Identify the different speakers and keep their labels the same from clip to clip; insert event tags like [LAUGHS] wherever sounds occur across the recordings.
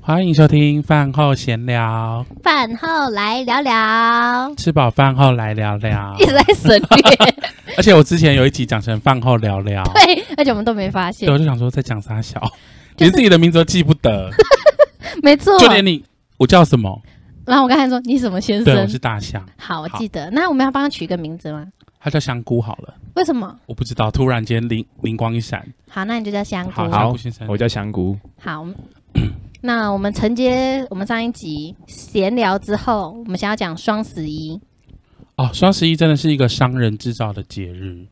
Speaker 1: 欢迎收听饭后闲聊，
Speaker 2: 饭后来聊聊，
Speaker 1: 吃饱饭后来聊
Speaker 2: [LAUGHS]
Speaker 1: 聊
Speaker 2: 一。直在省略，
Speaker 1: 而且我之前有一集讲成饭后聊聊，
Speaker 2: 对，而且我们都没发
Speaker 1: 对，
Speaker 2: 现，
Speaker 1: 我就想说在讲啥小，
Speaker 2: 就是
Speaker 1: 连自己的名字都记不得，
Speaker 2: 没错。
Speaker 1: 就连你我叫什么？
Speaker 2: 然后我刚才说你什么先
Speaker 1: 对，我
Speaker 2: 生？
Speaker 1: 是大象，
Speaker 2: 好，我
Speaker 1: 好
Speaker 2: 记得。那我们要帮他取一个名字吗？
Speaker 1: 他叫香菇好了，
Speaker 2: 为什么？
Speaker 1: 我不知道，突然间灵灵光一闪，
Speaker 2: 好，那你就叫香菇。
Speaker 1: 好，
Speaker 2: 好，
Speaker 1: 香菇先生
Speaker 3: 我，叫香菇，
Speaker 2: 我们那我们承接我们上一集闲聊之后，我们想要讲双十一。
Speaker 1: 哦，双十一真的是一个商人制造的节日，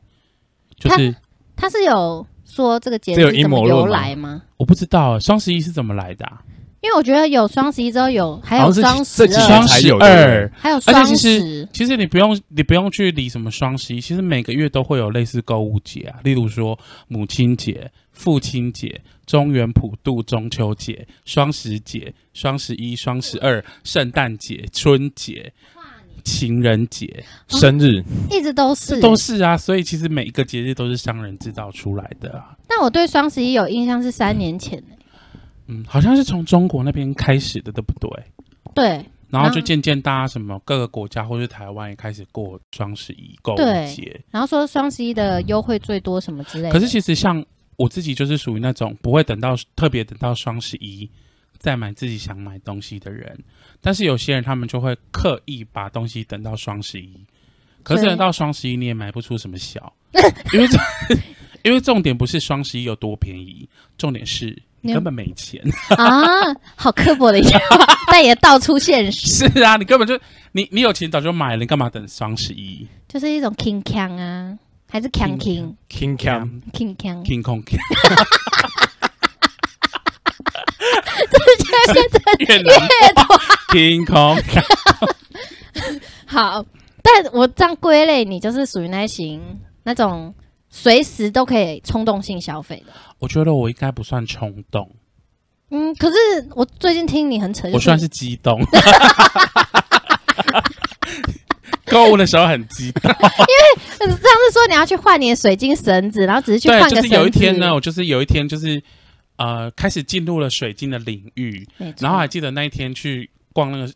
Speaker 1: 就是
Speaker 2: 他是有说这个节
Speaker 3: 这有
Speaker 2: 日是怎
Speaker 3: 阴
Speaker 2: 么
Speaker 3: 谋
Speaker 2: 由
Speaker 3: 论吗
Speaker 2: 来吗？
Speaker 1: 我不知道双十一是怎么来的啊，
Speaker 2: 因为我觉得有双十一之后有，还有
Speaker 3: 好像
Speaker 2: 双
Speaker 3: 是
Speaker 2: 十
Speaker 3: 这几
Speaker 2: 二
Speaker 3: 年，
Speaker 1: 双
Speaker 3: 才
Speaker 1: 十
Speaker 3: 有
Speaker 1: 二。
Speaker 2: 还有
Speaker 1: 且
Speaker 2: 双
Speaker 1: 其实
Speaker 2: 十，
Speaker 1: 其实你不用，你不用去理什么双十一，其实每个月都会有类似购物节啊，例如说母亲节、父亲节、中原普渡、中秋节、双十节、双十一、双十二、圣诞节、春节、情人节，
Speaker 3: 生日
Speaker 2: 一直都是
Speaker 1: 都是啊。所以其实每一个节日都是商人制造出来的啊、
Speaker 2: 但我对双十一有印象是三年前、欸、
Speaker 1: 嗯，好像是从中国那边开始的，对不对？
Speaker 2: 对，
Speaker 1: 然后就
Speaker 2: 嗯
Speaker 1: 渐渐大家什么各个国家或是台湾也开始过双十一购物
Speaker 2: 对
Speaker 1: 节，
Speaker 2: 然后说双十一的优惠最多什么之类的。
Speaker 1: 可是其实像我自己就是属于那种不会等到特别等到双十一再买自己想买东西的人，但是有些人他们就会刻意把东西等到双十一，可是
Speaker 2: 对
Speaker 1: 等到双十一你也买不出什么 [LAUGHS] 小，因为这因为重点不是双十一有多便宜，重点是
Speaker 2: 你
Speaker 1: 你
Speaker 2: 有
Speaker 1: 根本没钱。 [LAUGHS]
Speaker 2: 啊，好刻薄的一句话， [LAUGHS] 但也道出现实，
Speaker 1: 是啊，你根本就你你有钱早就买了，你干嘛等双十一
Speaker 2: 就是一种 king kang 啊，还是 kang king
Speaker 3: King Cam，
Speaker 2: king [LAUGHS] kang，
Speaker 1: ？King Kong [LAUGHS]
Speaker 2: 现在
Speaker 1: 越南 [LAUGHS] King Kong
Speaker 2: 好，但我这样归类你就是属于那型那种随时都可以冲动性消费的。
Speaker 1: 我觉得我应该不算冲动，
Speaker 2: 嗯，可是我最近听你很扯，
Speaker 1: 我算是激动。 [LAUGHS] 购物的时候很激动，
Speaker 2: [LAUGHS] 上次说你要去换你的水晶绳子，然后只是去
Speaker 1: 对
Speaker 2: 换，
Speaker 1: 就
Speaker 2: 个绳
Speaker 1: 是
Speaker 2: 子。
Speaker 1: 有一天呢，我就是有一天就是呃，开始进入了水晶的领域，
Speaker 2: 没错，
Speaker 1: 然后还记得那一天去逛那个，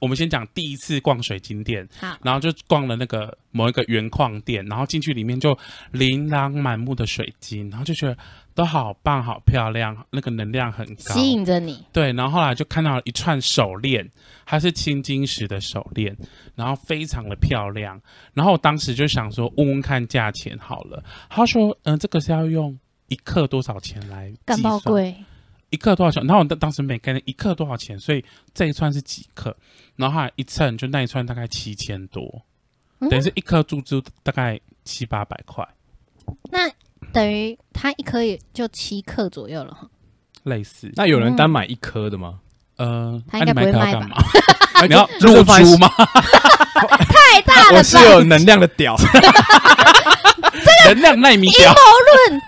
Speaker 1: 我们先讲第一次逛水晶店，
Speaker 2: 好
Speaker 1: 然后就逛了那个某一个原矿店，然后进去里面就琳琅满目的水晶，然后就觉得都好棒、好漂亮，那个能量很高，
Speaker 2: 吸引着你，
Speaker 1: 对，然后后来就看到一串手链，它是青金石的手链，然后非常的漂亮。然后我当时就想说，问问看价钱好了。他说，嗯、这个是要用一克多少钱来
Speaker 2: 干
Speaker 1: 计
Speaker 2: 爆
Speaker 1: 算？
Speaker 2: 贵。
Speaker 1: 一克多少钱？然后我当当时没概念一克多少钱，所以这一串是几克？然后后来一称，就那一串大概七千多，
Speaker 2: 嗯
Speaker 1: 等于是一颗珠珠大概七八百块，
Speaker 2: 那等于它一颗也就七克左右了哈。
Speaker 1: 类似。
Speaker 3: 那有人单买一颗的吗？
Speaker 1: 呃，
Speaker 2: 他
Speaker 1: 那
Speaker 2: 应
Speaker 1: 你
Speaker 2: 该
Speaker 1: 买
Speaker 2: 不会
Speaker 1: 它
Speaker 2: 卖
Speaker 1: 干
Speaker 2: 吧
Speaker 1: 嘛？你要
Speaker 3: 啊就
Speaker 1: 入
Speaker 3: 是放在
Speaker 1: 珠吗？
Speaker 2: 太哎大了
Speaker 3: 我是有
Speaker 2: [LAUGHS] 吧？
Speaker 3: 能量的屌，
Speaker 1: [LAUGHS] 能量纳米表。
Speaker 2: [LAUGHS]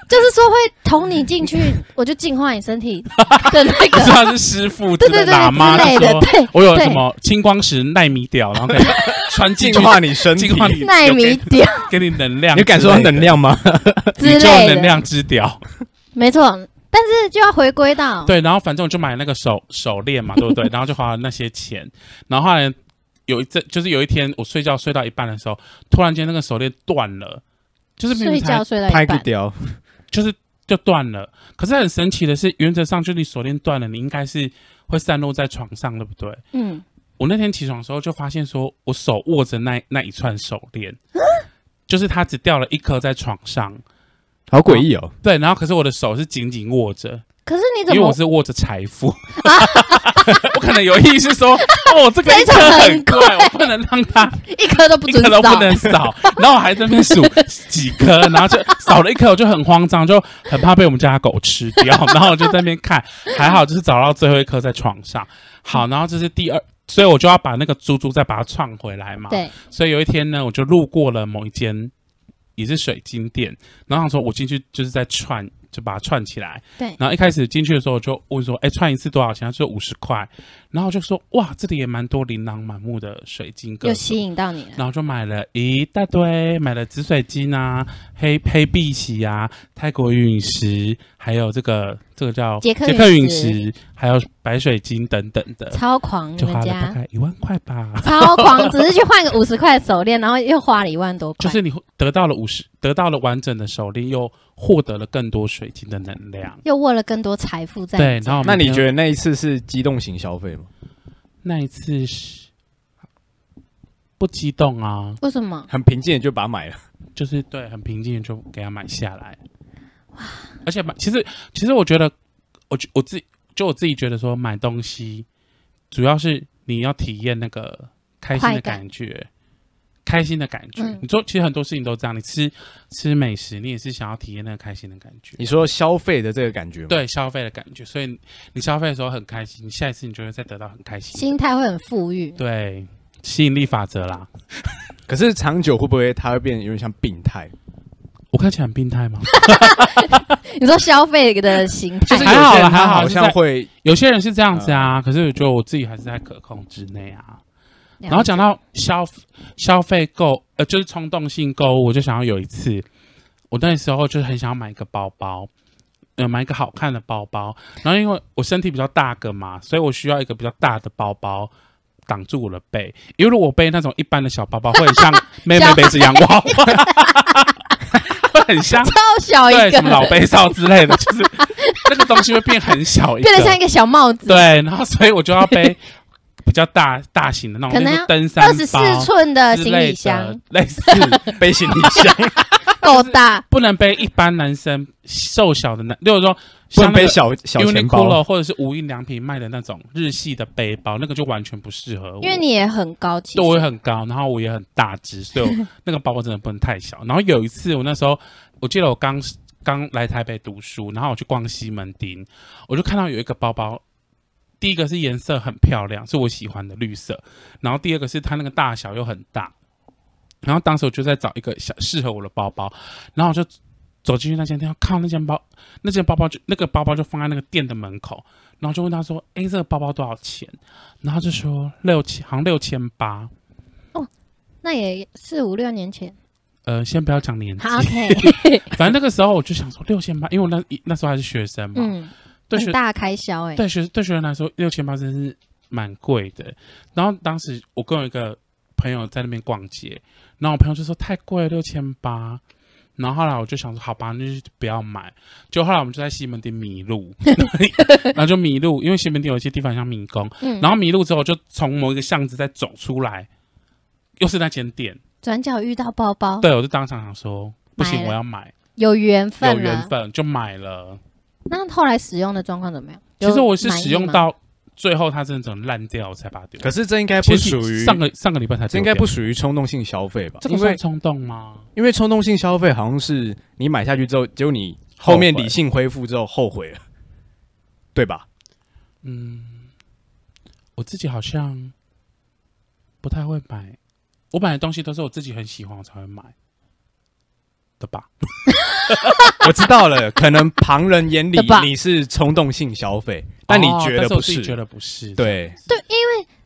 Speaker 2: 就是说会捅你进 [LAUGHS] 去，我就净化你身体的那 [LAUGHS]
Speaker 1: 不是
Speaker 2: 个，
Speaker 1: 他是师傅之
Speaker 2: 对
Speaker 1: 类
Speaker 2: 对
Speaker 1: 的
Speaker 2: 对
Speaker 1: 喇嘛，
Speaker 2: 之类的
Speaker 1: 就，说
Speaker 2: 对，
Speaker 1: 我有什么青光石纳米屌，然后
Speaker 2: [LAUGHS]
Speaker 1: 可以穿进
Speaker 3: [LAUGHS] 净
Speaker 1: 去
Speaker 3: 化你身体
Speaker 1: 净。化你
Speaker 2: 纳米
Speaker 1: 有
Speaker 2: 屌
Speaker 1: 给 [LAUGHS] 给你能量之类的，
Speaker 3: 你有感受到能量吗？
Speaker 2: 之
Speaker 1: 宇宙
Speaker 2: 类
Speaker 1: 能
Speaker 2: 的，哦
Speaker 1: 量之屌。
Speaker 2: 没错。但是就要回归到，
Speaker 1: 对，然后反正我就买那个手手链嘛，对不
Speaker 2: [LAUGHS]
Speaker 1: 对？然后就花了那些钱，然后后来有一阵，就是有一天我睡觉睡到一半的时候，突然间那个手链断了，就是明
Speaker 2: 睡
Speaker 1: 明才
Speaker 2: 觉睡到
Speaker 3: 拍
Speaker 2: 一
Speaker 3: 个
Speaker 2: 半，
Speaker 3: 屌，
Speaker 1: 就是就断了。可是很神奇的是，原则上就是你手链断了，你应该是会散落在床上，对不对？
Speaker 2: 嗯，
Speaker 1: 我那天起床的时候就发现，说我手握着那那一串手链，就是它只掉了一颗在床上，
Speaker 3: 好诡异哦！
Speaker 1: 对，然后可是我的手是紧紧握着，
Speaker 2: 可是你
Speaker 1: 因
Speaker 2: 怎
Speaker 1: 为
Speaker 2: 么
Speaker 1: 我是握着财富， [LAUGHS] 我可能有意识说，哦，这个
Speaker 2: 这
Speaker 1: 一
Speaker 2: 一串
Speaker 1: 颗
Speaker 2: 很
Speaker 1: 贵，
Speaker 2: 贵
Speaker 1: 我不能让它
Speaker 2: 一颗都不
Speaker 1: [LAUGHS] 一
Speaker 2: 准
Speaker 1: 颗都
Speaker 2: 少
Speaker 1: 不？能少， [LAUGHS] 然后我还在那边数几颗，然后就少了一颗，我就很慌张，就很怕被我们家的狗吃掉，然后我就在那边看，还好就是找到最后一颗在床上，
Speaker 2: 嗯
Speaker 1: 好，然后这是第二，所以我就要把那个珠珠再把它串回来嘛，
Speaker 2: 对，
Speaker 1: 所以有一天呢，我就路过了某一间也是水晶店，然后想说我进去就是在串，就把它串起来。
Speaker 2: 对
Speaker 1: 然后一开始进去的时候，我就问说：“哎，串一次多少钱？”他说五十块。然后我就说：“哇，这里也蛮多琳琅满目的水晶各
Speaker 2: 又
Speaker 1: 种。
Speaker 2: 吸引到你”了。
Speaker 1: 然后就买了一大堆，买了紫水晶啊、黑黑碧玺啊、泰国陨石，还有这个这个叫
Speaker 2: 捷克
Speaker 1: 克
Speaker 2: 陨
Speaker 1: 陨
Speaker 2: 石
Speaker 1: 石，还有白水晶等等的，
Speaker 2: 超狂，你
Speaker 1: 就
Speaker 2: 们
Speaker 1: 花了大
Speaker 2: 家
Speaker 1: 概一万块吧。
Speaker 2: 超狂， [LAUGHS] 只是去换个五十块手链，然后又花了一万多
Speaker 1: 就
Speaker 2: 块，
Speaker 1: 是你得到了五十，得到了完整的手链，又获得了更多水晶的能量。
Speaker 2: 又握了更多财富在。
Speaker 1: 对，然后我们
Speaker 3: 那你
Speaker 1: 就
Speaker 3: 觉得那一次是机动型消费吗？
Speaker 1: 那一次是不激动啊，
Speaker 2: 为什么？
Speaker 3: 很平静地就把它买了，
Speaker 1: 就是对，很平静地就给它买下来。而且买，其实其实我觉得，我觉我自己就我自己觉得说，买东西主要是你要体验那个开心
Speaker 2: 快
Speaker 1: 的
Speaker 2: 感
Speaker 1: 感觉。开心的感觉，
Speaker 2: 嗯
Speaker 1: 你做其实很多事情都这样。你吃吃美食，你也是想要体验那个开心的感觉。
Speaker 3: 你说消费的这个感觉吗？，
Speaker 1: 对消费的感觉，所以你消费的时候很开心，你下一次你就会再得到很开心。
Speaker 2: 心态会很富裕，
Speaker 1: 对，吸引力法则啦。
Speaker 3: 可是长久会不会它会变得有点像病态？
Speaker 1: 我看起来很病态吗？
Speaker 2: 你说消费的心态，
Speaker 3: 就是有
Speaker 1: 还
Speaker 3: 些
Speaker 1: 好啦
Speaker 3: 人
Speaker 1: 还
Speaker 3: 他
Speaker 1: 好
Speaker 3: 好
Speaker 1: 是在
Speaker 3: 像会
Speaker 1: 有些人是这样子啊，可是我觉得我自己还是在可控之内啊。
Speaker 2: 然
Speaker 1: 然后讲到消消费购，呃，就是冲动性购物，我就想要有一次，我那时候就是很想要买一个包包，呃，买一个好看的包包。然后因为我身体比较大个嘛，所以我需要一个比较大的包包挡住我的背，因为如果我背那种一般的小包包，会很
Speaker 2: [LAUGHS]
Speaker 1: 像妹妹背着洋娃娃，会很像
Speaker 2: 超小
Speaker 1: 对
Speaker 2: 一
Speaker 1: 什么老
Speaker 2: 个，
Speaker 1: 背少之类的，就是那个东西会变很小一个，
Speaker 2: 变得像一个小帽子，
Speaker 1: 对，然后所以我就要
Speaker 2: [LAUGHS]
Speaker 1: 背比较大大型的那种，
Speaker 2: 可能
Speaker 1: 例如
Speaker 2: 要
Speaker 1: 登山
Speaker 2: 二十四
Speaker 1: 包
Speaker 2: 寸的
Speaker 1: 之
Speaker 2: 行
Speaker 1: 类
Speaker 2: 李
Speaker 1: 的
Speaker 2: 箱，
Speaker 1: 类似，
Speaker 3: 背行李
Speaker 1: [LAUGHS]
Speaker 3: 箱，
Speaker 2: 够大，
Speaker 1: 不能背一般男生瘦小的男，例如说
Speaker 3: 不
Speaker 1: 像那
Speaker 3: 能背
Speaker 1: 个 [LAUGHS]
Speaker 3: 小小钱包。
Speaker 1: Uniqlo 或者是无印良品卖的那种日系的背包，那个就完全不适合我。
Speaker 2: 因为你也很高，其
Speaker 1: 对我也
Speaker 2: 实
Speaker 1: 很高，然后我也很大只，所以我 [LAUGHS] 那个包包真的不能太小。然后有一次，我那时候我记得我刚刚来台北读书，然后我去逛西门町，我就看到有一个包包，第一个是颜色很漂亮，是我喜欢的绿色，然后第二个是它那个大小又很大，然后当时我就在找一个小适合我的包包，然后我就。走进去那间店，看到那件包，那件包包就那个包包就放在那个店的门口，然后就问他说：“诶，这个包包多少钱？”然后他就说六千，好像六千八。
Speaker 2: 那也四五六年前。
Speaker 1: 呃，先不要讲年纪，
Speaker 2: 好，OK，
Speaker 1: 反正那个时候我就想说六千八，因为我那一那时候还是学生嘛，
Speaker 2: 嗯，
Speaker 1: 对
Speaker 2: 很
Speaker 1: 学
Speaker 2: 大开销哎，
Speaker 1: 对学对学生来说六千八真是蛮贵的。然后当时我跟我一个朋友在那边逛街，然后我朋友就说太贵了六千八，然后后来我就想说好吧，那就不要买。就后来我们就在西门町迷
Speaker 2: [LAUGHS]
Speaker 1: 路，然后就迷路，因为西门町有一些地方像迷宫，
Speaker 2: 嗯，
Speaker 1: 然后迷路之后就从某一个巷子再走出来，又是那间店，
Speaker 2: 转角遇到包包，
Speaker 1: 对我就当场想说不
Speaker 2: 哦买
Speaker 1: 行，
Speaker 2: 了
Speaker 1: 我要买。
Speaker 2: 有缘
Speaker 1: 有
Speaker 2: 分
Speaker 1: 缘
Speaker 2: 了。
Speaker 1: 分就买了。
Speaker 2: 那后来使用的状况怎么样？
Speaker 1: 其实
Speaker 2: 有
Speaker 1: 我是
Speaker 2: 满意
Speaker 1: 使用
Speaker 2: 吗
Speaker 1: 到最后，它真的整个烂掉，我才把它丢。
Speaker 3: 可是这应该不
Speaker 1: 前几
Speaker 3: 属于
Speaker 1: 上个上个礼拜才丢掉，
Speaker 3: 这应该不属于冲动性消费吧？
Speaker 1: 这个
Speaker 3: 因
Speaker 1: 算
Speaker 3: 为
Speaker 1: 冲动吗？
Speaker 3: 因为冲动性消费好像是你买下去之后，结果你
Speaker 1: 后悔
Speaker 3: 后面理性恢复之后后悔了，对吧？ [LAUGHS]
Speaker 1: 嗯，我自己好像不太会买，我买的东西都是我自己很喜欢我才会买的吧？
Speaker 3: 我知道了，可能旁人眼里
Speaker 2: 对吧
Speaker 3: 你是冲动性消费，但你
Speaker 1: 哦
Speaker 3: 觉得
Speaker 1: 但是我
Speaker 3: 不
Speaker 1: 自己觉
Speaker 3: 是？
Speaker 1: 得不是，
Speaker 3: 对，
Speaker 1: 对，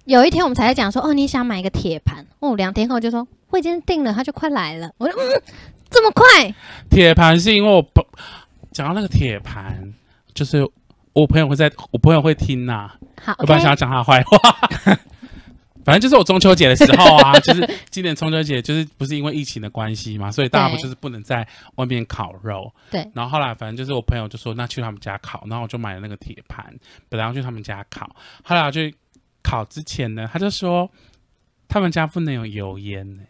Speaker 2: 有一天我们才在讲说，哦，你想买一个铁盘，哦，两天后就说我已经订了，它就快来了。我说，嗯，这么快？
Speaker 1: 铁盘是因为我不讲到那个铁盘，就是我朋友会在，我朋友会听啊呐、
Speaker 2: 好
Speaker 1: 我本来想要
Speaker 2: ，OK，
Speaker 1: 讲他的坏话， [LAUGHS] 反正就是我中秋节的时候啊，就是今年中秋节就是不是因为疫情的关系嘛，所以大家
Speaker 2: 对
Speaker 1: 不就是不能在外面烤肉。
Speaker 2: 对
Speaker 1: 然后后来反正就是我朋友就说，那去他们家烤，然后我就买了那个铁盘，本来要去他们家烤，后来我去烤之前呢，他就说他们家不能有油烟、欸。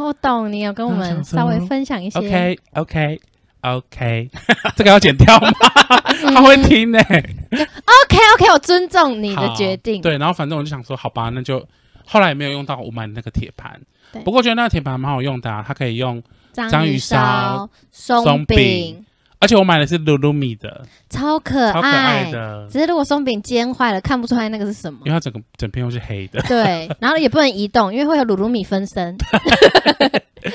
Speaker 2: 哦我懂你有跟我
Speaker 1: 那我
Speaker 2: 们
Speaker 1: 想说
Speaker 2: 稍微分享一些
Speaker 1: OK OK OK，这个要剪掉吗？ [LAUGHS] 他会听呢、
Speaker 2: OK OK，我尊重你的
Speaker 1: 好
Speaker 2: 决定。
Speaker 1: 对，然后反正我就想说，好吧，那就后来也没有用到我买的那个铁盘
Speaker 2: 对。
Speaker 1: 不过觉得那个铁盘蛮好用的、啊，它可以用，
Speaker 2: 章
Speaker 1: 章
Speaker 2: 鱼
Speaker 1: 鱼
Speaker 2: 烧
Speaker 1: 烧、
Speaker 2: 松
Speaker 1: 松
Speaker 2: 饼
Speaker 1: 饼，而且我买的是 Lulumi 的，
Speaker 2: 超可
Speaker 1: 超可爱
Speaker 2: 爱。
Speaker 1: 的，
Speaker 2: 只是如果松饼煎坏了，看不出来那个是什么
Speaker 1: [LAUGHS] 因为。它整个整片都是黑
Speaker 2: [LAUGHS]
Speaker 1: 的，
Speaker 2: 对，然后也不能移动，因为会有鲁鲁米
Speaker 1: [LAUGHS]
Speaker 2: 分身。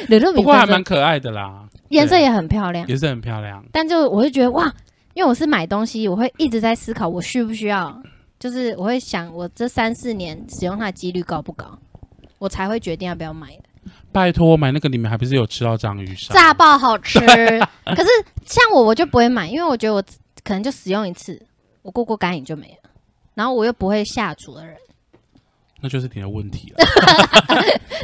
Speaker 2: 鲁鲁
Speaker 1: 不
Speaker 2: 米
Speaker 1: 过还
Speaker 2: 分
Speaker 1: 蛮
Speaker 2: 身
Speaker 1: 可爱的啦，
Speaker 2: 颜色也很漂亮，
Speaker 1: 也是很漂亮。
Speaker 2: 但就我就觉得哇，因为我是买东西，我会一直在思考我需不需要，就是我会想我这三四年使用它的几率高不高，我才会决定要不要买的。
Speaker 1: 拜托，我买那个里面还不是有吃到章鱼烧？ [LAUGHS]
Speaker 2: 炸爆好吃，可是像我我就不会买，因为我觉得我可能就使用一次，我过过干瘾就没了。然后我又不会下厨的人，
Speaker 1: 那就是你的问
Speaker 2: [LAUGHS]
Speaker 1: 题了。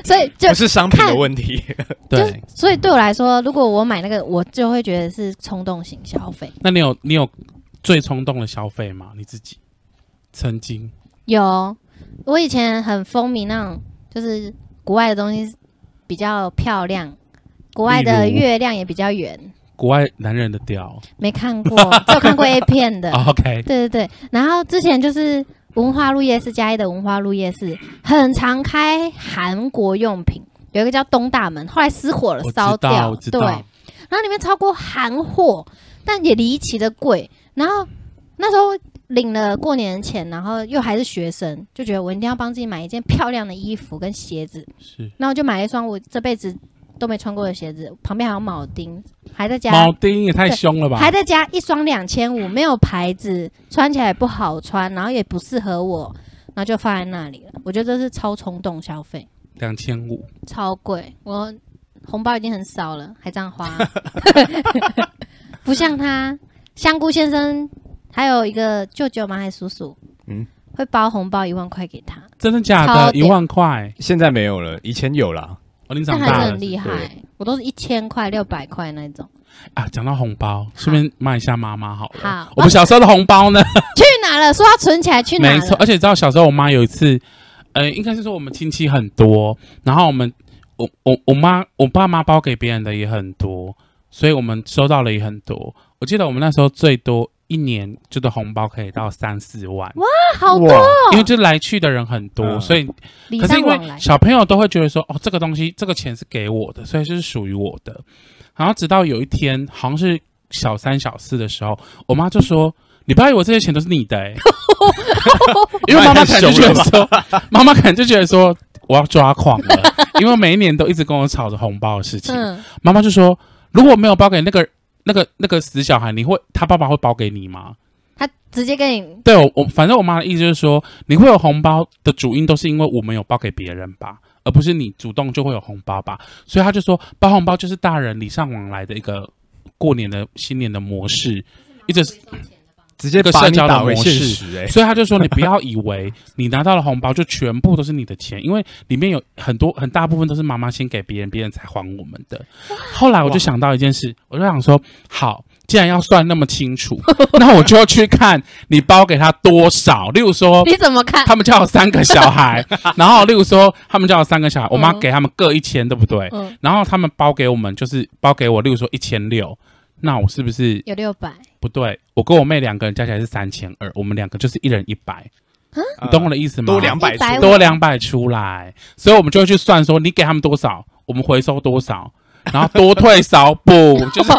Speaker 2: 所以就
Speaker 3: 不是商品的问题。 [LAUGHS]
Speaker 1: 对，
Speaker 2: 所以对我来说，如果我买那个，我就会觉得是冲动型消费。
Speaker 1: 那你有你有最冲动的消费吗？你自己曾经
Speaker 2: 有，我以前很风靡那种，就是国外的东西比较漂亮，国外的
Speaker 1: 例如
Speaker 2: 月亮也比较圆，
Speaker 1: 国外男人的屌、哦
Speaker 2: 没看过，只有看过 A 片的。
Speaker 1: o k
Speaker 2: 对对对，然后之前就是文化路夜市嘉义的文化路夜市，很常开韩国用品，有一个叫东大门，后来失火了，
Speaker 1: 我
Speaker 2: 烧
Speaker 1: 知道，
Speaker 2: 掉。
Speaker 1: 我知
Speaker 2: 对，
Speaker 1: 道，
Speaker 2: 然后里面超过韩货，但也离奇的贵。然后那时候领了过年前，然后又还是学生，就觉得我一定要帮自己买一件漂亮的衣服跟鞋子。
Speaker 1: 是
Speaker 2: 然后我就买了一双我这辈子都没穿过的鞋子，旁边还有铆钉，还在加
Speaker 1: 铆钉也太凶了吧？
Speaker 2: 还在加一双两千
Speaker 1: 嗯
Speaker 2: 五，没有牌子，穿起来也不好穿，然后也不适合我，然后就放在那里了。我觉得这是超冲动消费，
Speaker 1: 两千五，
Speaker 2: 超贵，我红包已经很少了，还这样花， [LAUGHS] 不像他香菇先生，还有一个舅舅吗？还是叔叔？嗯
Speaker 3: 嗯，
Speaker 2: 会包红包一万块给他，
Speaker 1: 真的假
Speaker 2: 超
Speaker 1: 的？一
Speaker 2: 屌
Speaker 1: 万块，
Speaker 3: 现在没有了，以前有啦。
Speaker 1: 哦，你长
Speaker 2: 但还
Speaker 1: 大
Speaker 2: 是
Speaker 1: 了
Speaker 2: 很厉害
Speaker 3: 对。
Speaker 2: 我都是一千块、六百块那种。
Speaker 1: 啊！讲到红包，顺便骂一下妈妈好了。
Speaker 2: 好
Speaker 1: 我们小时候的红包呢？
Speaker 2: 去哪了？说要存起来，去哪
Speaker 1: 没错，
Speaker 2: 了？
Speaker 1: 而且你知道小时候我妈有一次，呃，应该是说我们亲戚很多，然后我们我我我妈我爸妈包给别人的也很多，所以我们收到了也很多。我记得我们那时候最多一年就的红包可以到三四万，
Speaker 2: 啊好多
Speaker 3: 哇，
Speaker 1: 因为就来去的人很多，
Speaker 3: 嗯
Speaker 1: 所以
Speaker 2: 礼
Speaker 1: 可是
Speaker 2: 尚
Speaker 1: 因
Speaker 2: 往
Speaker 1: 为
Speaker 2: 来。
Speaker 1: 小朋友都会觉得说，哦，这个东西这个钱是给我的，所以是属于我的。然后直到有一天，好像是小三小四的时候，我妈就说：“你不要以为这些钱都是你
Speaker 2: [LAUGHS]
Speaker 1: 的、欸。”因为妈妈可能就觉得说，
Speaker 2: 啊
Speaker 1: [LAUGHS] 妈妈可能就觉得说我要抓狂
Speaker 2: [LAUGHS]
Speaker 1: 了，因为每一年都一直跟我吵着红包的事情。
Speaker 2: 嗯，
Speaker 1: 妈妈就说：“如果没有包给那个那个那个死小孩，你会他爸爸会包给你吗？”
Speaker 2: 他直接跟你
Speaker 1: 对我，我反正我妈的意思就是说，你会有红包的主因都是因为我们有包给别人吧，而不是你主动就会有红包吧。所以她就说，包红包就是大人礼尚往来的一个过年的新年的模式，一直。
Speaker 3: 直接
Speaker 1: 这个
Speaker 3: 把
Speaker 1: 社
Speaker 3: 你
Speaker 1: 交的
Speaker 3: 打回
Speaker 1: 模
Speaker 3: 现
Speaker 1: 式
Speaker 3: 实哎、
Speaker 1: 所以她就说，你不要以为你拿到了红包就全部都是你的钱，因为里面有很多很大部分都是妈妈先给别人，别人才还我们的。后来我就想到一件事，我就想说，好。既然要算那么清楚，那我就要去看你包给他多少。例如说，
Speaker 2: 你怎么看？
Speaker 1: 哦
Speaker 2: [LAUGHS]
Speaker 1: 他们家有三个小孩，然后例如说他们家有三个小孩，我妈
Speaker 2: 嗯
Speaker 1: 给他们各一千，对不对？
Speaker 2: 嗯，
Speaker 1: 然后他们包给我们就是包给我，例如说一千六，那我是不是
Speaker 2: 有六百，
Speaker 1: 不对？我跟我妹两个人加起来是三千二，我们两个就是一人一百，你懂我
Speaker 3: 了，
Speaker 1: 的意思吗？
Speaker 3: 嗯多两百
Speaker 2: 150
Speaker 3: 出，
Speaker 1: 多两百出来，所以我们就会去算说你给他们多少，我们回收多少，然后多退少
Speaker 3: [LAUGHS]
Speaker 1: 补，就是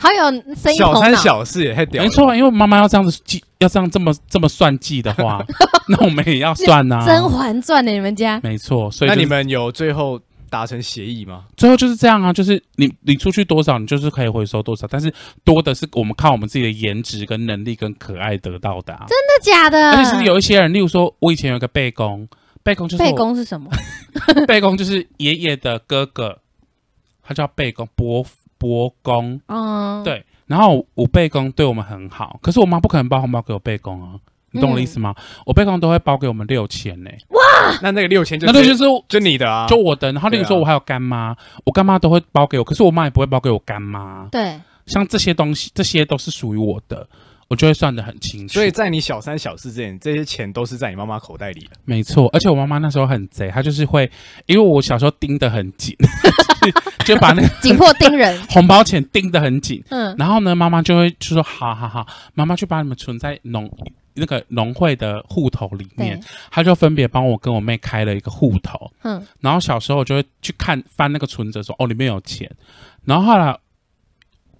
Speaker 2: 好有生意头
Speaker 3: 小
Speaker 2: 脑。
Speaker 3: 三小四也太屌
Speaker 1: 没
Speaker 3: 了，
Speaker 1: 错。因为妈妈要这样子计，要这样这么这么算计的
Speaker 2: [LAUGHS]
Speaker 1: 话，那我们也要算呐、
Speaker 2: 甄嬛传》的你们家
Speaker 1: 没错，所以
Speaker 3: 那
Speaker 1: 就是
Speaker 3: 你们有最后达成协议吗？
Speaker 1: 最后就是这样啊，就是你你出去多少，你就是可以回收多少，但是多的是我们靠我们自己的颜值、跟能力、跟可爱得到的、啊。真
Speaker 2: [LAUGHS] 真的假的？
Speaker 1: 而且是有一些人，例如说，我以前有一个背公，背公就是我
Speaker 2: 背公是什么？
Speaker 1: 背公就是爷爷的哥哥，他叫背公伯伯公。
Speaker 2: 嗯，
Speaker 1: 对然后我背公对我们很好，可是我妈不可能包红包给我背公啊，你
Speaker 2: 嗯
Speaker 1: 懂我的意思吗？我背公都会包给我们六千呢，
Speaker 2: 啊
Speaker 3: 那那个六千就
Speaker 1: 那这就是是
Speaker 3: 就你的啊，
Speaker 1: 就我的。然后例如
Speaker 3: 对
Speaker 1: 说，
Speaker 3: 啊
Speaker 1: 我还有干妈，我干妈都会包给我，可是我妈也不会包给我干妈啊。
Speaker 2: 对，
Speaker 1: 像这些东西，这些都是属于我的，我就会算得很清楚。
Speaker 3: 所以在你小三小四之前，这些钱都是在你妈妈口袋里的。
Speaker 1: 没错，而且我妈妈那时候很贼，她就是会，因为我小时候盯得很紧， [LAUGHS] 就是就把
Speaker 3: [LAUGHS]
Speaker 1: 那个。
Speaker 2: 紧迫盯人
Speaker 1: [LAUGHS] 红包钱盯得很紧。
Speaker 2: 嗯，
Speaker 1: 然后呢，妈妈就会就说：“好好好，妈妈就把你们存在农那个农会的户头里面
Speaker 2: 对。”，
Speaker 1: 她就分别帮我跟我妹开了一个户头。
Speaker 2: 嗯，
Speaker 1: 然后小时候我就会去看翻那个存折说哦里面有钱，然后后来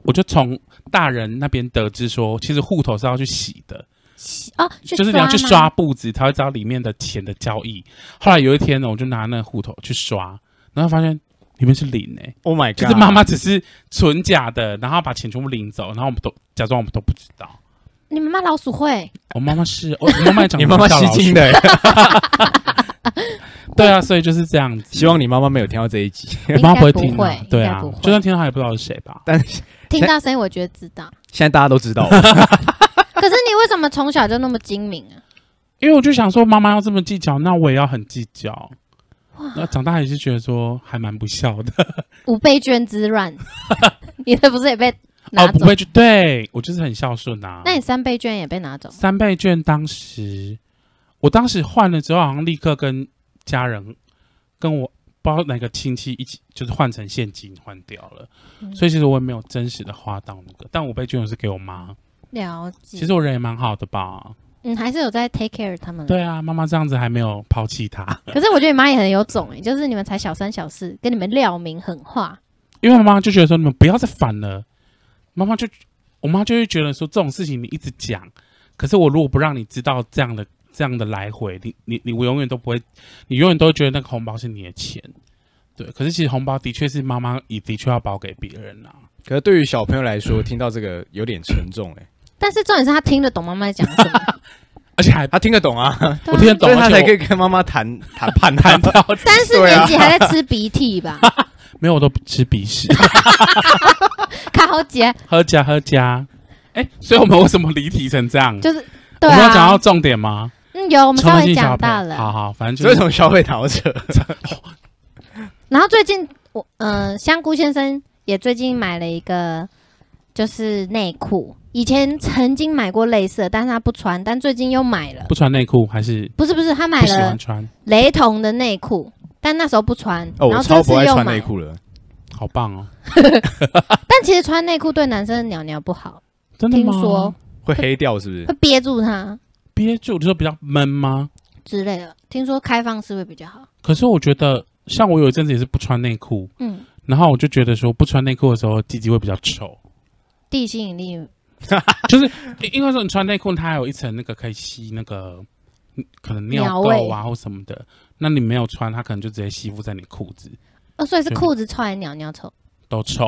Speaker 1: 我就从大人那边得知说，其实户头是要去洗的，
Speaker 2: 哦，去
Speaker 1: 就是你要去
Speaker 2: 吗
Speaker 1: 刷，步子才会知道里面的钱的交易。后来有一天呢，我就拿那个户头去刷，然后发现里面是零诶、
Speaker 3: Oh [LAUGHS] my god！
Speaker 1: 就是妈妈只是存假的，然后把钱全部领走，然后我们都假装我们都不知道。
Speaker 2: 你们妈老鼠会，
Speaker 1: 我妈妈是，我我妈妈也长
Speaker 3: [LAUGHS] 你
Speaker 1: 得
Speaker 3: 妈妈
Speaker 1: 像
Speaker 3: 吸
Speaker 1: 老鼠
Speaker 3: 睛，的欸， [LAUGHS]
Speaker 1: 对啊，所以就是这样子。
Speaker 3: 希望你妈妈没有听到这一集。
Speaker 1: 我妈
Speaker 2: 应该
Speaker 1: 听
Speaker 2: 不
Speaker 1: 啊
Speaker 2: 会，
Speaker 1: 对
Speaker 2: 应该
Speaker 1: 啊
Speaker 2: 不会，
Speaker 1: 就算听到她也不知道是谁吧。
Speaker 3: 但是
Speaker 1: [LAUGHS]
Speaker 2: 听到声音我觉得知道。
Speaker 3: 现在大家都知 [LAUGHS] 道了，
Speaker 2: 可是你为什么从小就那么精明啊？
Speaker 1: 因为我就想说，妈妈要这么计较，那我也要很计较。那
Speaker 2: 哇，
Speaker 1: 长大也是觉得说还蛮不孝的
Speaker 2: 五倍券之
Speaker 1: [LAUGHS]
Speaker 2: 乱，你的不是也被拿
Speaker 1: 哦，不
Speaker 2: 走？
Speaker 1: 会去对我就是很孝顺啊。
Speaker 2: 那你三倍券也被拿走？
Speaker 1: 三倍券当时，我当时换了之后，好像立刻跟家人跟我不知道哪个亲戚一起，就是换成现金换掉了。
Speaker 2: 嗯
Speaker 1: 所以其实我也没有真实的花到那个，但五倍券我是给我妈。
Speaker 2: 了解，
Speaker 1: 其实我人也蛮好的吧？
Speaker 2: 嗯，还是有在 take care 他们。
Speaker 1: 对啊，妈妈这样子还没有抛弃她，
Speaker 2: [LAUGHS] 可是我觉得你妈也很有种哎、就是你们才小三小四，跟你们廖明狠话，
Speaker 1: 因为我妈妈就觉得说你们不要再烦了。妈妈就我妈就会觉得说这种事情你一直讲，可是我如果不让你知道这样的这样的来回，你你你我永远都不会，你永远都会觉得那个红包是你的钱。对，可是其实红包的确是妈妈也的确要包给别人啊啦、
Speaker 3: 可是对于小朋友来说，听到这个有点沉重哎、
Speaker 2: 但是重点是她听得懂妈妈在讲什 [LAUGHS] 么，
Speaker 1: 而且还
Speaker 3: 他听得懂啊，
Speaker 2: 对
Speaker 1: 我
Speaker 2: 啊
Speaker 1: 听得懂
Speaker 3: 所以他
Speaker 1: 而且
Speaker 3: 才
Speaker 1: 我
Speaker 3: 可以跟妈妈谈谈判
Speaker 1: 看
Speaker 3: 谈 [LAUGHS]
Speaker 1: 到
Speaker 3: 判。
Speaker 2: 三四
Speaker 3: 对啊
Speaker 2: 年级还在吃鼻涕 [LAUGHS] 吧？
Speaker 1: 没有我都吃鼻屎， [LAUGHS]
Speaker 2: 看好姐
Speaker 1: 喝加喝加。哎、所以我们为什么离题成这样？
Speaker 2: 就是对
Speaker 1: 我们有讲到
Speaker 2: 啊，
Speaker 1: 重点吗？
Speaker 2: 嗯，有我们
Speaker 1: 冲
Speaker 2: 稍
Speaker 1: 动
Speaker 2: 微
Speaker 1: 性
Speaker 2: 讲
Speaker 1: 消费
Speaker 2: 到了，
Speaker 1: 好好，反正
Speaker 3: 所
Speaker 1: 就
Speaker 3: 以
Speaker 1: 是
Speaker 3: 从消费
Speaker 2: [LAUGHS]
Speaker 3: 逃扯，
Speaker 2: 然后最近我呃，香菇先生也最近买了一个就是内裤，以前曾经买过类似的，但是他不穿，但最近又买了。
Speaker 1: 不穿内裤还是
Speaker 2: 不是不是，他买
Speaker 1: 不喜欢
Speaker 2: 了
Speaker 1: 穿，
Speaker 2: 雷同的内裤，但那时候不穿，
Speaker 3: 哦，
Speaker 2: 然
Speaker 3: 我
Speaker 2: 后这
Speaker 3: 超
Speaker 2: 次
Speaker 3: 不爱
Speaker 2: 又
Speaker 3: 穿
Speaker 2: 买
Speaker 3: 内。裤了。
Speaker 1: 好棒哦！
Speaker 2: 但其实穿内裤对男生的鸟鸟不好，
Speaker 1: 真的
Speaker 2: 听
Speaker 1: 吗？
Speaker 2: 说
Speaker 3: 会黑掉是不是
Speaker 2: 会？憋住它
Speaker 1: 憋住，就说比较闷吗？
Speaker 2: 之类的。听说开放式会比较好。
Speaker 1: 可是我觉得，像我有一阵子也是不穿内裤，
Speaker 2: 嗯，
Speaker 1: 然后我就觉得说，不穿内裤的时候，鸡鸡会比较臭，
Speaker 2: 地心引力嗯
Speaker 1: 因因为说你穿内裤，它还有一层那个可以吸那个嗯可能尿
Speaker 2: 尿
Speaker 1: 垢
Speaker 2: 味
Speaker 1: 啊或什么的，那你没有穿，它可能就直接吸附在你裤子，
Speaker 2: 哦，所以是
Speaker 1: 对
Speaker 2: 裤子臭还是鸟鸟臭？
Speaker 1: 都
Speaker 2: [LAUGHS]
Speaker 1: 臭。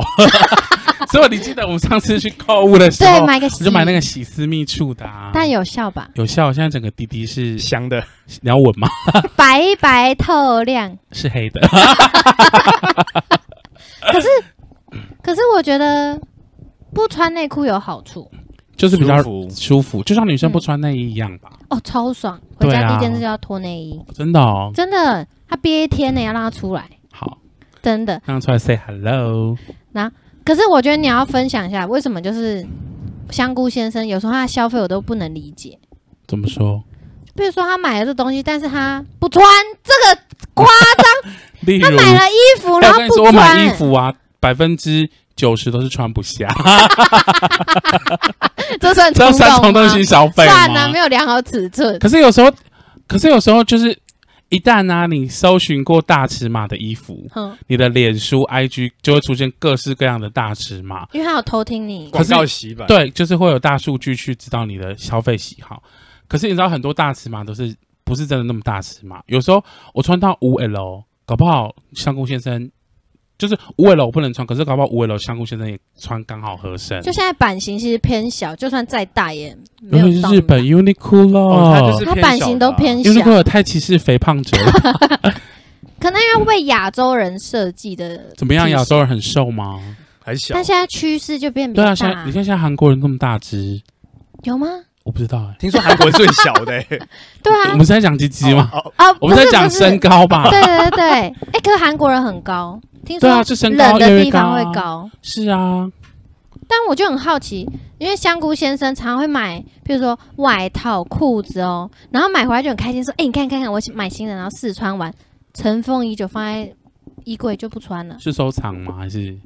Speaker 1: 所以你记得我们上次去购物的时
Speaker 2: 对，
Speaker 1: 候，
Speaker 2: 买个
Speaker 1: 你就买那
Speaker 2: 个，
Speaker 1: 个洗私密处的、啊，
Speaker 2: 但有效吧？
Speaker 1: 有效。现在整个滴滴是
Speaker 3: [LAUGHS] 香的，
Speaker 1: 你要闻吗？
Speaker 2: [LAUGHS] 白白透亮。
Speaker 1: 是黑的，
Speaker 2: 可是我觉得不穿内裤有好处
Speaker 1: 就是比较
Speaker 3: 舒服
Speaker 1: 舒服，就像女生不
Speaker 2: 嗯
Speaker 1: 穿内衣一样吧。
Speaker 2: 哦，超爽！
Speaker 1: 对
Speaker 2: 回
Speaker 1: 啊
Speaker 2: 家第一件事就要脱内衣，
Speaker 1: 真的哦，
Speaker 2: 真的，他憋一天呢，要让他出来，
Speaker 1: 好。
Speaker 2: 真的。
Speaker 1: 让他出来 say hello。
Speaker 2: 可是我觉得你要分享一下，为什么就是香菇先生有时候他的消费我都不能理解，
Speaker 1: 怎么说？
Speaker 2: 比如说他买了这东西，但是他不穿，这个夸
Speaker 1: 例如，
Speaker 2: 他买了衣服，然
Speaker 1: 哎我
Speaker 2: 后
Speaker 1: 跟你说，
Speaker 2: 不
Speaker 1: 我买衣
Speaker 2: 穿，
Speaker 1: 服啊，百分之九十都是穿不
Speaker 2: [LAUGHS]
Speaker 1: 下，
Speaker 2: 这算
Speaker 1: 这
Speaker 2: 冲
Speaker 1: 样算冲
Speaker 2: 动
Speaker 1: 动
Speaker 2: 吗？
Speaker 1: 性消费
Speaker 2: 算了，
Speaker 1: 吗
Speaker 2: 没？有量好尺
Speaker 1: [LAUGHS]
Speaker 2: 寸。
Speaker 1: 可是有时候，可是有时候就是。一旦呢、你搜寻过大尺码的衣服，
Speaker 2: 哼，
Speaker 1: 你的脸书、IG 就会出现各式各样的大尺码。
Speaker 2: 因为他有偷听你，
Speaker 1: 可
Speaker 3: 广
Speaker 1: 是
Speaker 3: 告洗版。
Speaker 1: 对，就是会有大数据去知道你的消费喜好。可是你知道，很多大尺码都是不是真的那么大尺码？有时候我穿到五 L，搞不好香菇先生就是五 L 我不能穿，可是搞不好五 L 香菇先生也穿刚好合身。
Speaker 2: 就现在版型其实偏小，就算再大也没
Speaker 1: 尤
Speaker 2: 有
Speaker 1: 其
Speaker 2: 到
Speaker 1: 是嗯日本 Uniqlo，、
Speaker 3: 哦它就是
Speaker 2: 那么大，它版型
Speaker 1: 啊
Speaker 2: 都偏啊小，
Speaker 1: Uniqlo 太歧视肥胖者了，
Speaker 2: 可能因为为亚洲人设计的
Speaker 1: 怎么样？
Speaker 2: [LAUGHS] 体型
Speaker 1: 亚洲人很瘦吗？
Speaker 3: 很小
Speaker 2: [LAUGHS]
Speaker 3: 啊
Speaker 2: 但。现在趋势就变比
Speaker 1: 对
Speaker 2: 较
Speaker 1: 啊，现在
Speaker 2: 大
Speaker 1: 你，看现在韩国人那么大只，
Speaker 2: 有吗？
Speaker 1: 我不知道哎、
Speaker 3: 听说韩国最小的、 [LAUGHS] 欸，
Speaker 2: 对
Speaker 1: 我
Speaker 2: 啊
Speaker 1: 们，是在讲鸡鸡吗？
Speaker 3: 哦？哦
Speaker 2: 啊，
Speaker 1: 我们
Speaker 2: 不
Speaker 1: 在
Speaker 2: 是
Speaker 1: 讲
Speaker 2: 不是哦
Speaker 1: 身高吧？
Speaker 2: 对对对，哎，可是韩国人很高，听
Speaker 1: 对啊
Speaker 2: 说
Speaker 1: 就身高越
Speaker 2: 冷
Speaker 1: 来
Speaker 2: 的
Speaker 1: 越
Speaker 2: 地方会
Speaker 1: 高
Speaker 2: 高，
Speaker 1: 是啊，
Speaker 2: 但我就很好奇，因为香菇先生常会买，比如说外套、裤子哦，然后买回来就很开心，说，哎，你看看看，我买新的，然后试穿完，尘封已久，放在衣柜就不穿了。
Speaker 1: 是收藏吗？还是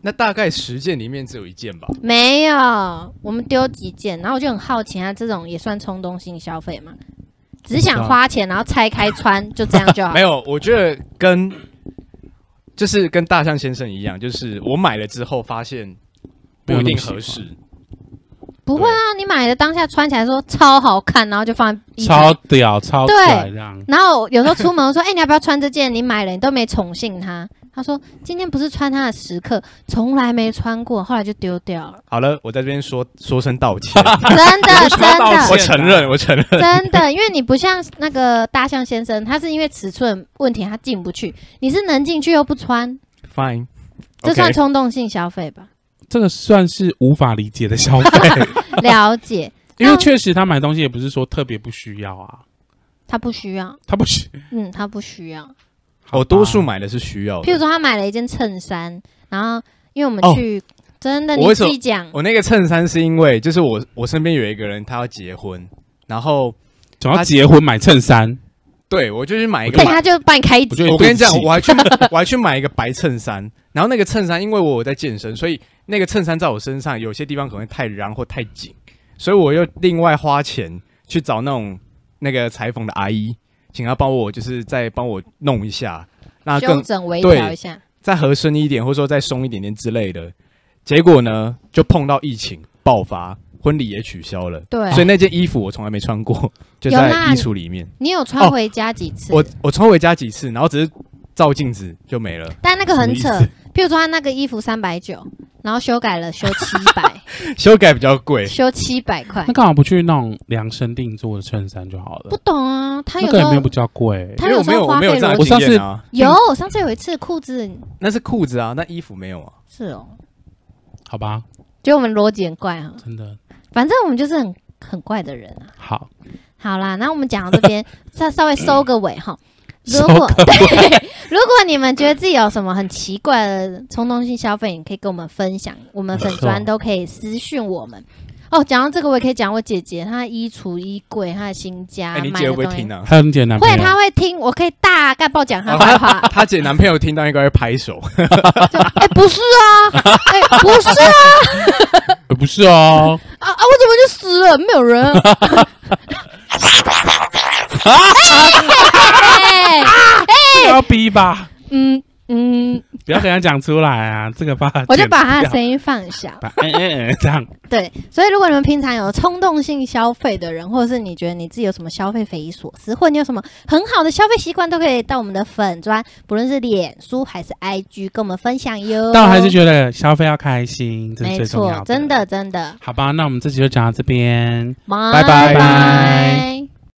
Speaker 3: 那大概十件里面只有一件吧。
Speaker 2: 没有，我们丢几件，然后我就很好奇啊，这种也算冲动性消费吗？只想花钱，然后拆开穿，就这样就好。
Speaker 3: 没有，我觉得跟就是跟大象先生一样，就是我买了之后发现不一定合适，
Speaker 2: 不会啊，你买的当下穿起来说超好看，然后就放在衣服。
Speaker 1: 超屌超
Speaker 2: 对
Speaker 1: 拽这样？
Speaker 2: 然后有时候出门我说：“哎、你要不要穿这件？你买了，你都没宠幸它。”他说：“今天不是穿它的时刻，从来没穿过，后来就丢掉
Speaker 3: [LAUGHS]
Speaker 2: 了。
Speaker 3: 好了，我在这边说说声道
Speaker 2: [LAUGHS]
Speaker 3: 歉，
Speaker 2: 真的，
Speaker 1: 需
Speaker 2: 真
Speaker 1: 要道歉
Speaker 2: 的，
Speaker 3: 我承认，我承认。
Speaker 2: 真的，因为你不像那个大象先生，他是因为尺寸问题他进不去，你是能进去又不穿，
Speaker 3: Fine，
Speaker 2: 这
Speaker 3: OK [LAUGHS]
Speaker 2: 算冲动性消费吧？
Speaker 1: 这个算是无法理解的消
Speaker 2: [LAUGHS]
Speaker 1: 费，
Speaker 2: 了解，
Speaker 1: 因为确实他买东西也不是说特别不需要啊，
Speaker 2: 他不需要，
Speaker 1: 他不
Speaker 3: [LAUGHS]
Speaker 1: 需。
Speaker 2: 嗯，他不需要。
Speaker 1: 好吧
Speaker 3: 我哦多数买的是需要
Speaker 2: 譬如
Speaker 3: 的。
Speaker 2: 说，他买了一件衬衫，然后因为我们
Speaker 3: 哦
Speaker 2: 去，真的
Speaker 3: 我
Speaker 2: 你
Speaker 3: 为什
Speaker 2: 自
Speaker 3: 么
Speaker 2: 己讲，
Speaker 3: 我那个衬衫是因为，就是我我身边有一个人他要结婚，然后
Speaker 1: 总要结婚买衬衫，
Speaker 3: 对我就去买一个
Speaker 2: 哎，
Speaker 3: 白
Speaker 2: 他就帮你开一
Speaker 1: 我觉得
Speaker 3: 我跟你讲
Speaker 1: 对不，起
Speaker 3: 我还去
Speaker 1: [LAUGHS]
Speaker 3: 我还去买一个白衬衫，然后那个衬衫因为我有在健身，所以那个衬衫在我身上有些地方可能会太燃或太紧，所以我又另外花钱去找那种那个裁缝的阿姨，请她帮我就是再帮我弄一下，那
Speaker 2: 修
Speaker 3: 更
Speaker 2: 整微
Speaker 3: 对
Speaker 2: 调一下，
Speaker 3: 再合身一点，或者说再松一点点之类的。结果呢，就碰到疫情爆发，婚礼也取消了，
Speaker 2: 对，
Speaker 3: 所以那件衣服我从来没穿过，就
Speaker 2: 有
Speaker 3: 在
Speaker 2: 啦
Speaker 3: 衣橱里面。
Speaker 2: 你有
Speaker 3: 哦
Speaker 2: 穿回家几次？
Speaker 3: 我我穿回家几次，然后只是照镜子就没了。
Speaker 2: 但那个很扯
Speaker 1: 什么意，
Speaker 2: 譬如说他那个衣服三百九，然后修改了
Speaker 1: [LAUGHS]
Speaker 2: 修七百，
Speaker 3: 修改比较贵，
Speaker 2: 修七百块
Speaker 1: 那，干嘛不去那种量身定做的衬衫就好
Speaker 2: 不
Speaker 1: 了？
Speaker 2: 懂啊。他
Speaker 1: 那
Speaker 2: 有
Speaker 1: 个
Speaker 2: 时
Speaker 1: 也没
Speaker 2: 候
Speaker 1: 有比较贵，
Speaker 2: 他
Speaker 3: 因为我
Speaker 2: 有时
Speaker 3: 没有
Speaker 2: 候
Speaker 3: 我
Speaker 2: 花
Speaker 3: 没有
Speaker 2: 费
Speaker 3: 这样
Speaker 2: 逻
Speaker 3: 的
Speaker 1: 我
Speaker 2: 辑
Speaker 1: 上
Speaker 3: 经
Speaker 1: 次
Speaker 3: 验啊。
Speaker 2: 有，上次有一次裤子
Speaker 3: 那是裤子啊，那衣服没有啊。
Speaker 2: 是哦，
Speaker 1: 好吧？
Speaker 2: 觉得我们逻辑很怪啊。
Speaker 1: 真的
Speaker 2: 反正我们就是很很怪的人啊。
Speaker 1: 好，
Speaker 2: 好啦，那我们讲到这
Speaker 3: [LAUGHS]
Speaker 2: 边，再稍微收个尾哈。如
Speaker 1: 收
Speaker 2: 果对，如果你们觉得自己有什么很奇怪的冲动性消费，你可以跟我们分享，我们粉
Speaker 1: 没
Speaker 2: 砖
Speaker 1: 错
Speaker 2: 都可以私讯我们。哦，讲到这个，我也可以讲我姐姐她的衣橱、衣柜、她的新家
Speaker 3: 哎，你
Speaker 2: 买
Speaker 3: 姐
Speaker 2: 的
Speaker 3: 会不会
Speaker 2: 东西
Speaker 3: 听。啊？
Speaker 1: 还有你姐的男朋
Speaker 2: 会，
Speaker 1: 友，
Speaker 2: 她会听，我可以大概报讲
Speaker 3: [LAUGHS]
Speaker 2: 她坏话。
Speaker 3: 她姐男朋友听到应该会拍手。
Speaker 2: 就哎，不是啊，哎，不是啊，
Speaker 1: 呃不是
Speaker 2: [LAUGHS]
Speaker 1: 哦，
Speaker 2: 啊啊，我怎么就死了？没有
Speaker 3: [LAUGHS]
Speaker 2: 人。 [LAUGHS] 哎
Speaker 1: 不要逼吧，
Speaker 2: 嗯嗯，
Speaker 1: 不要给他讲出来啊，这个吧， [LAUGHS]
Speaker 2: 我就把他的
Speaker 1: 剪掉
Speaker 2: 声哦音放小。
Speaker 1: 把 [LAUGHS] 哎哎哎这样，
Speaker 2: 对，所以如果你们平常有冲动性消费的人，或者是你觉得你自己有什么消费匪夷所思，或者你有什么很好的消费习惯，都可以到我们的粉砖，不论是脸书还是 IG，跟我们分享哟。
Speaker 1: 但我还是觉得消费要开心，这是
Speaker 2: 没
Speaker 1: 最重要
Speaker 2: 错，
Speaker 1: 的。
Speaker 2: 真的真的，
Speaker 1: 好吧，那我们这集就讲到这边。
Speaker 2: 拜
Speaker 1: 拜
Speaker 2: 拜